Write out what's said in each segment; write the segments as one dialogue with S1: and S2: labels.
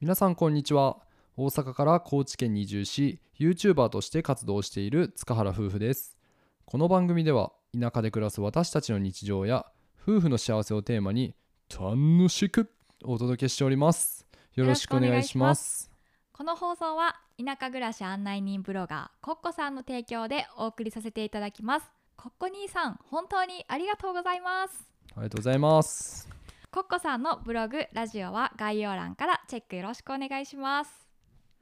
S1: 皆さんこんにちは大阪から高知県に移住し YouTuber として活動している塚原夫婦ですこの番組では田舎で暮らす私たちの日常や夫婦の幸せをテーマに楽しくお届けしておりますよろしくお願いします
S2: この放送は田舎暮らし案内人ブロガーコッコさんの提供でお送りさせていただきますコッコ兄さん本当にありがとうございます
S1: ありがとうございます
S2: コッコさんのブログラジオは概要欄からチェックよろしくお願いします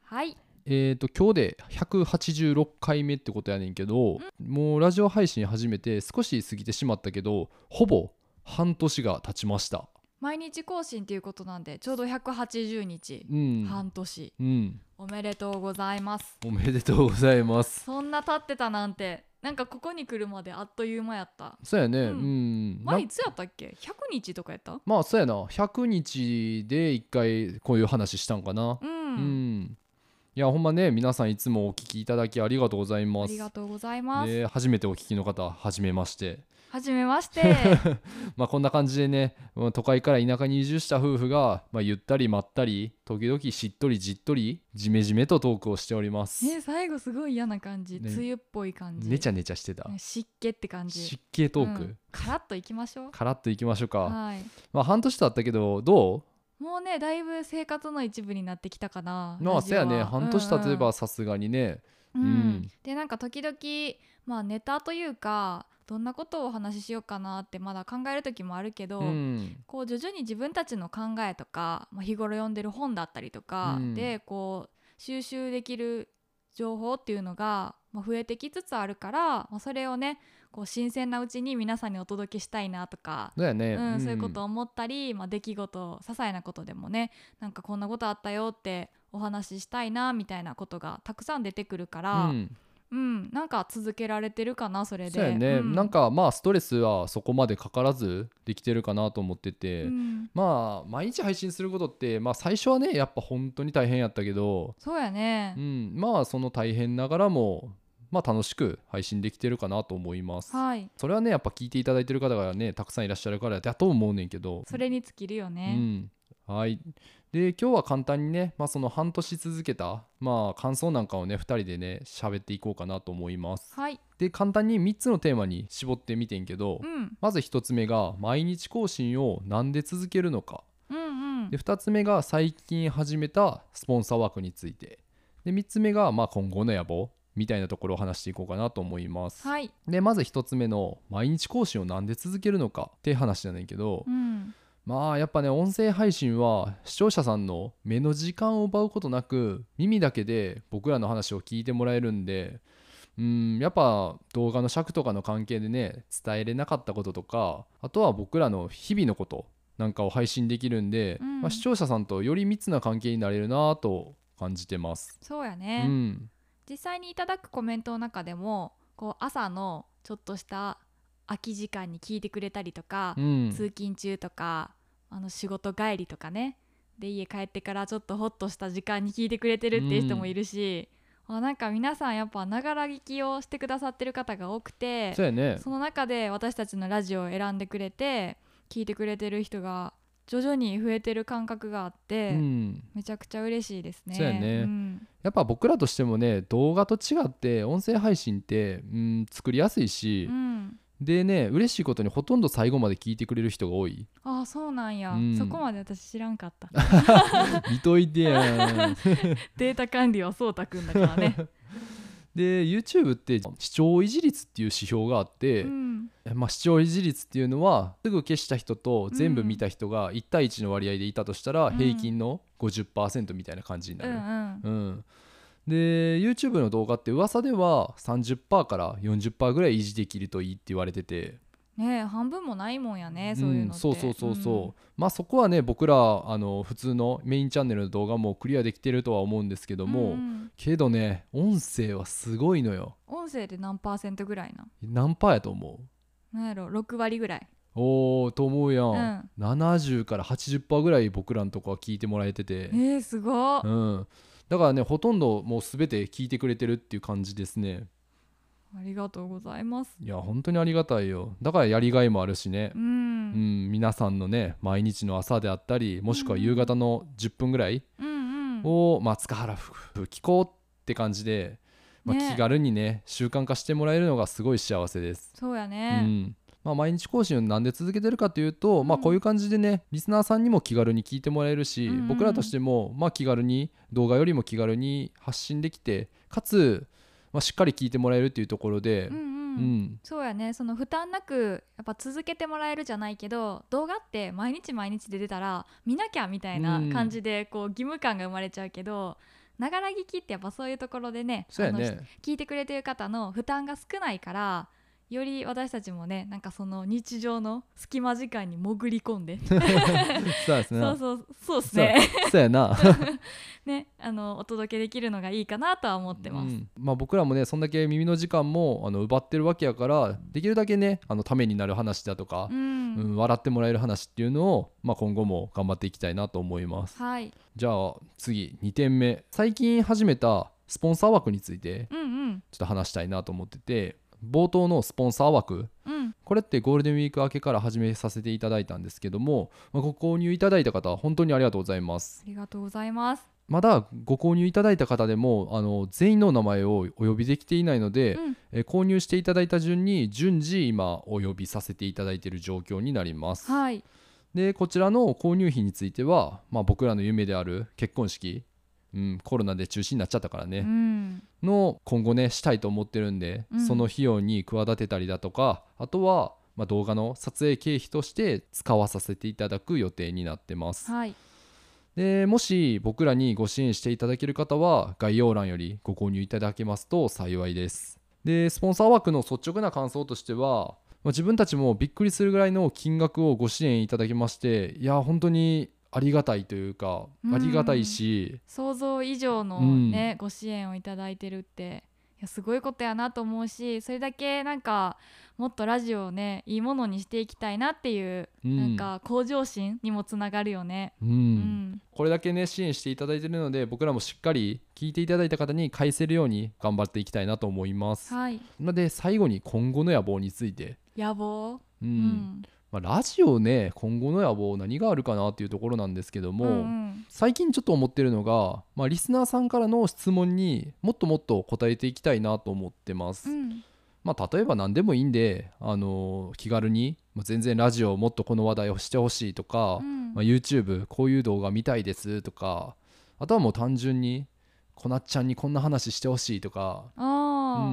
S2: はい
S1: えー、と今日で186回目ってことやねんけど、もうラジオ配信始めて少し過ぎてしまったけどほぼ半年が経ちました
S2: 毎日更新ということなんでちょうど180日、
S1: うん、
S2: 半年
S1: うん、
S2: おめでとうございます
S1: おめでとうございます
S2: そんな経ってたなんてなんかここに来るまであっという間やった
S1: そうやねう
S2: うん
S1: ん、な
S2: 前いつやったっけ100日とかやった
S1: まあそうやな100日で1回こういう話したんかな
S2: うん、
S1: うんいやほんまね皆さんいつもお聞きいただきありがとうござい
S2: あ
S1: ます
S2: りがとうございます、
S1: ね初めてお聞きの方はじめまして
S2: はじめまして
S1: まあ、こんな感じでねうん都会から田舎に移住した夫婦が、まあ、ゆったりまったり時々しっとりじっとりじめじめとトークをしております、
S2: ね最後すごい嫌な感じ、
S1: ね
S2: 梅雨っぽい感じ
S1: ねちゃねちゃしてた、
S2: ね湿気って感じ
S1: 湿気トーク、
S2: うんカラッといきましょう
S1: カラッといきましょうか、
S2: はい
S1: まあ、半年経ったけどど
S2: もうねだいぶ生活の一部になってきたかな
S1: うまあ
S2: ラジ
S1: せ
S2: オは
S1: やね半年経て
S2: うんう
S1: ば
S2: ん
S1: さすがにね
S2: うん
S1: うん
S2: でなんか時々まあネタというかどんなことをお話ししようかなってまだ考える時もあるけど、
S1: うん、
S2: こう徐々に自分たちの考えとか、まあ、日頃読んでる本だったりとか
S1: うん
S2: でこう収集できる情報っていうのが、まあ、増えてきつつあるから、まあ、それをねこう新鮮なうちに皆さんにお届けしたいなとか、
S1: だよね、
S2: うん
S1: ん
S2: そういうことを思ったり、まあ、出来事些細なことでもねなんかこんなことあったよってお話ししたいなみたいなことがたくさん出てくるか
S1: う
S2: ら、うん
S1: ん、
S2: なんか続けられてるかなそれで。
S1: そうやね、
S2: うん
S1: なん、かまあストレスはそこまでかからずできてるかなと思ってて、
S2: うん
S1: まあ毎日配信することって、まあ、最初はねやっぱ本当に大変やったけど
S2: そうやね、
S1: うん、まあその大変ながらも、まあ、楽しく配信できてるかなと思います。
S2: はい
S1: それはねやっぱ聞いていただいてる方がねたくさんいらっしゃるからだと思うねんけど。
S2: それに尽きるよ
S1: う
S2: ね。
S1: んはい、で今日は簡単にね、まあ、その半年続けた、まあ、感想なんかをね2人でね喋っていこうかなと思います。
S2: はい、
S1: で簡単に3つのテーマに絞ってみてんけど、
S2: うん、
S1: まず1つ目が毎日更新をなんで続けるのか。
S2: うん、うん
S1: で、2つ目が最近始めたスポンサー枠についてで3つ目がまあ今後の野望みたいなところを話していこうかなと思います、
S2: はい、
S1: でまず1つ目の毎日更新をなんで続けるのかって話なんだけど、
S2: うん、
S1: まあやっぱね音声配信は視聴者さんの目の時間を奪うことなく耳だけで僕らの話を聞いてもらえるんでうんやっぱ動画の尺とかの関係でね伝えれなかったこととかあとは僕らの日々のことなんかを配信できるんで、
S2: うん
S1: まあ、視聴者さんとより密な関係になれるなと感じてます。
S2: そうや
S1: う
S2: ね、
S1: ん、
S2: 実際にいただくコメントの中でも、こう朝のちょっとした空き時間に聞いてくれたりとか、
S1: うん
S2: 通勤中とか、あの仕事帰りとかね。で家帰ってからちょっとホッとした時間に聞いてくれてるっていう人もいるし、あなんか皆さんやっぱながら聞きをしてくださってる方が多くて
S1: そうやね
S2: その中で私たちのラジオを選んでくれて聞いてくれてる人が徐々に増えてる感覚があって、
S1: うん
S2: めちゃくちゃ嬉しいですね。
S1: そうやね
S2: ん
S1: やっぱ僕らとしてもね動画と違って音声配信って、うん、作りやすいし、
S2: うん
S1: でね嬉しいことにほとんど最後まで聞いてくれる人が多 い
S2: ああそうなんや、
S1: うん
S2: そこまで私知らんかった
S1: 見といてやん
S2: データ管理はそうたくんだか らね、
S1: で YouTube って視聴維持率っていう指標があって、
S2: うん、
S1: まあ、視聴維持率っていうのはすぐ消した人と全部見た人が1対1の割合でいたとしたら
S2: うん
S1: 平均の50%みたいな感じにな
S2: う
S1: る、
S2: んうん
S1: うんで YouTube の動画って噂では30%から40%ぐらい維持できるといいって言われてて
S2: ねえ半分もないもんやねそういうのって、
S1: んそうそうそうそう、まあそこはね僕らあの普通のメインチャンネルの動画もクリアできてるとは思うんですけど
S2: うん
S1: も、
S2: んん
S1: けどね音声はすごいのよ
S2: 音声で何パーセントぐらいな
S1: 何パーやと思う
S2: なんやろ6割ぐらい
S1: おーと思うや、
S2: うんん
S1: 70から80%ぐらい僕らのとこは聞いてもらえてて、
S2: えー、すごっ、
S1: うん、だからねほとんどもう全て聞いてくれてるっていう感じですね
S2: ありがとうございます
S1: いや本当にありがたいよだからやりがいもあるしね
S2: う
S1: うん
S2: ん、、
S1: 皆さんのね毎日の朝であったりもしくは夕方の10分ぐらい
S2: うんうんうん
S1: を、まあ、塚原夫婦聞こうって感じで、まあ、
S2: ね
S1: 気軽にね習慣化してもらえるのがすごい幸せです。
S2: そうや
S1: う
S2: ね、
S1: んまあ、毎日更新をなんで続けてるかというと、まあ、
S2: うん
S1: こういう感じでねリスナーさんにも気軽に聞いてもらえるし、
S2: うんうんうん
S1: 僕らとしても、まあ、気軽に動画よりも気軽に発信できてかつ、まあ、しっかり聞いてもらえるっていうところで、
S2: うんうん
S1: うん
S2: そうやねその負担なくやっぱ続けてもらえるじゃないけど動画って毎日毎日で出たら見なきゃみたいな
S1: うん
S2: 感じでこう義務感が生まれちゃうけどながら聞きってやっぱそういうところでね
S1: そうや
S2: あの
S1: ね
S2: 聞いてくれてる方の負担が少ないからより私たちもねなんかその日常の隙間時間に潜り 込んで
S1: そうですね
S2: そうそうそうですね
S1: そうや な
S2: ねあのお届けできるのがいいかなとは思ってます。
S1: うんまあ、僕らもねそんだけ耳の時間もあの奪ってるわけやからできるだけねあのためになる話だとか、
S2: うん
S1: うん笑ってもらえる話っていうのを、まあ、今後も頑張っていきたいなと思います
S2: はい、
S1: じゃあ次2点目最近始めたスポンサー枠について
S2: うんうん
S1: ちょっと話したいなと思ってて冒頭のスポンサー枠
S2: うん
S1: これってゴールデンウィーク明けから始めさせていただいたんですけども、まあご購入いただいた方本当にありがとうございます
S2: ありがとうございます。
S1: まだご購入いただいた方でもあの全員のお名前をお呼びできていないので、
S2: うん
S1: えー購入していただいた順に順次今お呼びさせていただいている状況になります。
S2: はい、
S1: でこちらの購入費については、まあ、僕らの夢である結婚式、うん、コロナで中止になっちゃったから
S2: う
S1: ね、
S2: ん、
S1: の今後ねしたいと思ってるんで、
S2: うん
S1: その費用に企てたりだとかあとは、まあ、動画の撮影経費として使わさせていただく予定になってます。
S2: はい、
S1: でもし僕らにご支援していただける方は概要欄よりご購入いただけますと幸いですでスポンサー枠の率直な感想としてはまあ自分たちもびっくりするぐらいの金額をご支援いただきましていや本当にありがたいというか
S2: うん
S1: ありがたいし
S2: 想像以上の
S1: うん
S2: ね、ご支援をいただいてるっていやすごいことやなと思うしそれだけなんかもっとラジオをねいいものにしていきたいなっていう、
S1: うん
S2: なんか向上心にもつながるよね。
S1: うん、
S2: うん、
S1: これだけね支援していただいてるので僕らもしっかり聞いていただいた方に返せるように頑張っていきたいなと思います
S2: はい
S1: ので最後に今後の野望について
S2: 野望、
S1: う
S2: うん
S1: まあ、ラジオね今後の野望何があるかなっていうところなんですけども、
S2: うん
S1: 最近ちょっと思ってるのが、まあ、リスナーさんからの質問にもっともっと答えていきたいなと思ってます。
S2: うんうん
S1: まあ、例えば何でもいいんで、あのー気軽に、まあ、全然ラジオもっとこの話題をしてほしいとか、
S2: うん
S1: まあ、YouTube こういう動画見たいですとかあとはもう単純にこなっちゃんにこんな話してほしいとか。う
S2: あ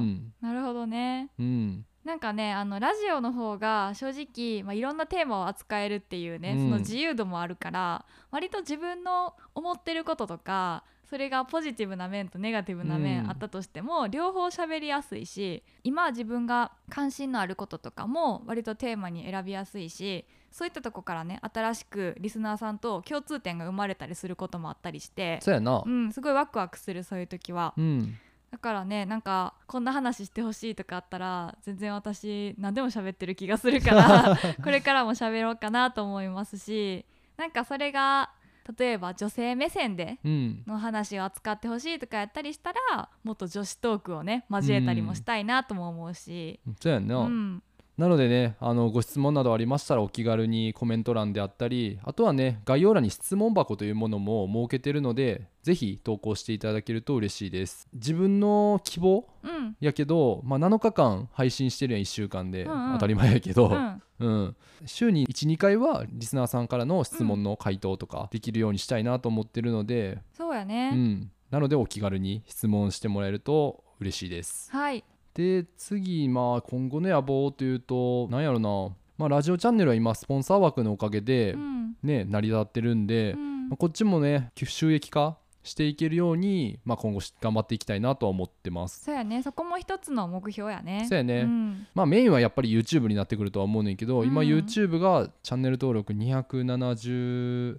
S2: ー
S1: ん
S2: なるほどね
S1: うん
S2: なんかねあのラジオの方が正直、まあ、いろんなテーマを扱えるっていうね、
S1: うん
S2: その自由度もあるから割と自分の思ってることとかそれがポジティブな面とネガティブな
S1: うん
S2: 面あったとしても、両方喋りやすいし今自分が関心のあることとかも割とテーマに選びやすいしそういったとこからね新しくリスナーさんと共通点が生まれたりすることもあったりして、
S1: そうやな
S2: う、ん、すごいワクワクするそういう時は。
S1: うん、
S2: だからねなんかこんな話してほしいとかあったら全然私何でも喋ってる気がするから これからも喋ろうかなと思いますしなんかそれが例えば女性目線で
S1: うん、
S2: の話を扱ってほしいとかやったりしたらもっと女子トークをね交えたりもしたいなとも思うし。
S1: そうやな、
S2: うん
S1: なのでねあのご質問などありましたらお気軽にコメント欄であったりあとはね概要欄に質問箱というものも設けてるのでぜひ投稿していただけると嬉しいです自分の希望
S2: うん
S1: やけど、まあ、7日間配信してるやん1週間で、
S2: うんうん
S1: 当たり前やけど、
S2: う
S1: うん
S2: ん
S1: 週に12回はリスナーさんからの質問の回答とかできるようにしたいなと思ってるので、
S2: そうや
S1: うん
S2: ね、
S1: なのでお気軽に質問してもらえると嬉しいです
S2: はい
S1: で次まあ今後の野望というとなんやろな、まあ、ラジオチャンネルは今スポンサー枠のおかげで、
S2: うん
S1: ね、成り立ってるんで、
S2: うん
S1: まあ、こっちもね収益化していけるように、まあ、今後し頑張っていきたいなとは思ってます。
S2: そうやねそこも一つの目標やね
S1: そうやね
S2: ん
S1: まあ、メインはやっぱり YouTube になってくるとは思うねんけど、今
S2: うん
S1: YouTube がチャンネル登録270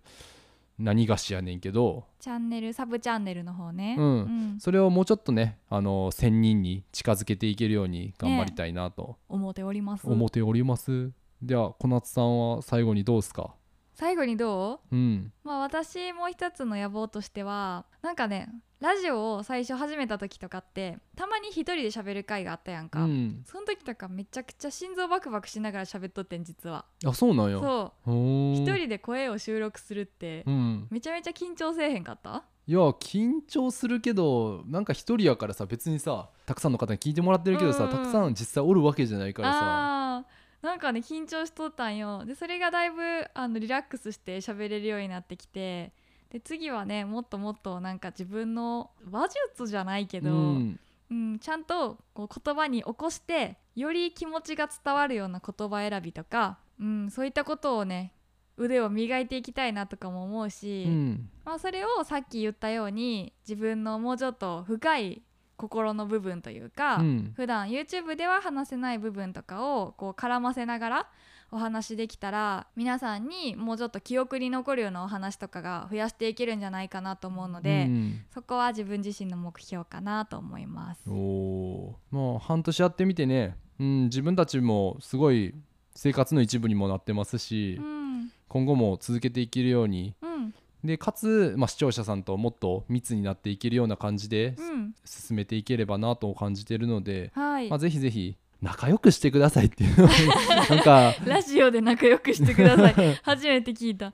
S1: 何がしやねんけど
S2: チャンネルサブチャンネルの方ね
S1: うん
S2: うん、
S1: それをもうちょっとねあの1000人に近づけていけるように頑張りたいなと
S2: 思っております
S1: 思っております。では小夏さんは最後にどうですか
S2: 最後にど
S1: うん、
S2: うまあ私もう一つの野望としてはなんかねラジオを最初始めた時とかってたまに一人で喋る回があったやん
S1: う
S2: か、
S1: ん、
S2: その時とかめちゃくちゃ心臓バクバクしながら喋っとってん実は
S1: あそうなんや
S2: そう
S1: 一
S2: 一人で声を収録するって
S1: うん
S2: めちゃめちゃ緊張せえへんかった
S1: いや緊張するけどなんか一人やからさ別にさたくさんの方に聞いてもらってるけどさ、
S2: うんうん
S1: たくさん実際おるわけじゃないからさ
S2: あーなんかね緊張しとったんよでそれがだいぶあのリラックスして喋れるようになってきてで次はねもっともっとなんか自分の話術じゃないけど、
S1: うん
S2: うん、ちゃんとこう言葉に起こしてより気持ちが伝わるような言葉選びとか、うん、そういったことをね腕を磨いていきたいなとかも思うし、
S1: うん
S2: まあ、それをさっき言ったように自分のもうちょっと深い心の部分というか、
S1: うん
S2: 普段 YouTube では話せない部分とかをこう絡ませながらお話できたら皆さんにもうちょっと記憶に残るようなお話とかが増やしていけるんじゃないかなと思うので、
S1: うん
S2: そこは自分自身の目標かなと思います。
S1: おーまあ半年やってみてね、うん、自分たちもすごい生活の一部にもなってますし、
S2: うん、
S1: 今後も続けていけるように
S2: うん、
S1: でかつ、まあ、視聴者さんともっと密になっていけるような感じで
S2: うん、
S1: 進めていければなと感じてるので、
S2: はい
S1: まあ、。ぜひぜひ仲良くしてくださいっていう なんか
S2: ラジオで仲良くしてくださ い。初めて聞いた。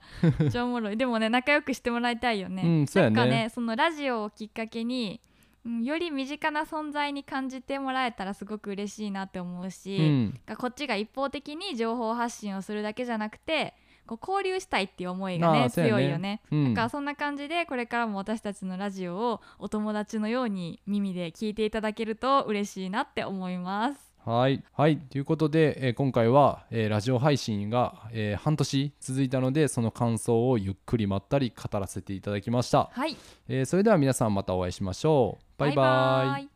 S2: じゃおもろい。でもね、仲良くしてもらいたいよね。
S1: うんそうやね
S2: なんかね、そのラジオをきっかけに、うん、より身近な存在に感じてもらえたらすごく嬉しいなって思うし、
S1: うん
S2: がこっちが一方的に情報発信をするだけじゃなくて、こう交流したいっていう思いが
S1: あ
S2: ね
S1: あそうやね
S2: 強いよね。
S1: うん
S2: なんかそんな感じでこれからも私たちのラジオをお友達のように耳で聞いていただけると嬉しいなって思います。
S1: はい、はい、ということで、えー今回は、えーラジオ配信が、えー半年続いたのでその感想をゆっくりまったり語らせていただきました、
S2: はい、
S1: えーそれでは皆さんまたお会いしましょうバイバイ
S2: イ